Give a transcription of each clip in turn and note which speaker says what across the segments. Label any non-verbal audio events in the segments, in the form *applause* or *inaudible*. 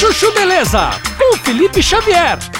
Speaker 1: Chuchu Beleza, com Felipe Xavier.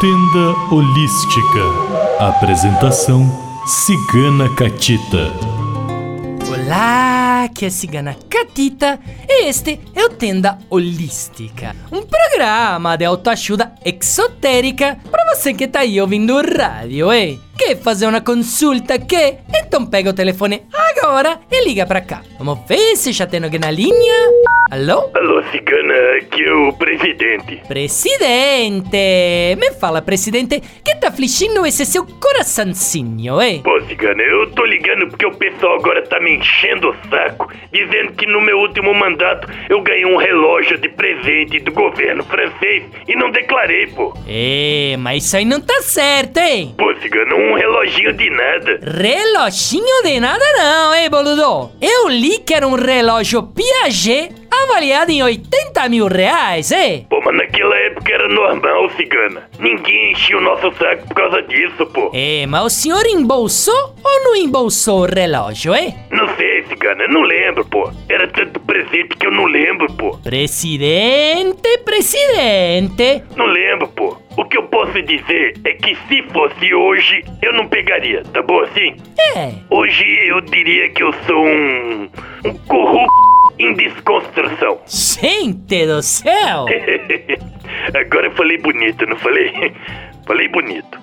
Speaker 2: Tenda Holística. Apresentação Cigana Catita.
Speaker 3: Olá, que é a Cigana Catita e este é o Tenda Holística, um programa de autoajuda exotérica para você que tá aí ouvindo o rádio, hein? Quer fazer uma consulta que? Então pega o telefone agora e liga pra cá. Vamos ver se já tem alguém na linha. Alô?
Speaker 4: Alô, cigana, aqui é o presidente.
Speaker 3: Presidente! Me fala, presidente, que tá afligindo esse seu coraçãozinho, hein?
Speaker 4: Pô, cigana, eu tô ligando porque o pessoal agora tá me enchendo o saco, dizendo que no meu último mandato eu ganhei um relógio de presente do governo francês e não declarei, pô.
Speaker 3: É, Eh, mas isso aí não tá certo, hein?
Speaker 4: Pô, cigana, um reloginho de nada.
Speaker 3: Reloginho de nada não, hein, boludo? Eu li que era um relógio Piaget avaliado em 80 mil reais, hein?
Speaker 4: Pô, mas naquela época era normal, cigana. Ninguém enchia o nosso saco por causa disso, pô.
Speaker 3: É, mas o senhor embolsou ou não embolsou o relógio, hein?
Speaker 4: Não sei, cigana, não lembro, pô. Era tanto presente que eu não lembro, pô.
Speaker 3: Presidente, presidente!
Speaker 4: Não lembro, pô. O que eu posso dizer é que se fosse hoje, eu não pegaria, tá bom assim?
Speaker 3: É,
Speaker 4: Hoje eu diria que eu sou um. um corrupto em desconstrução. *laughs*
Speaker 3: gente do céu!
Speaker 4: Agora eu falei bonito, não falei? *laughs* Falei bonito.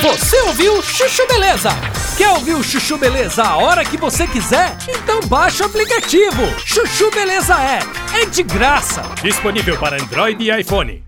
Speaker 1: Você ouviu Chuchu Beleza? Quer ouvir o Chuchu Beleza a hora que você quiser? Então baixa o aplicativo. Chuchu Beleza é. É de graça.
Speaker 5: Disponível para Android e iPhone.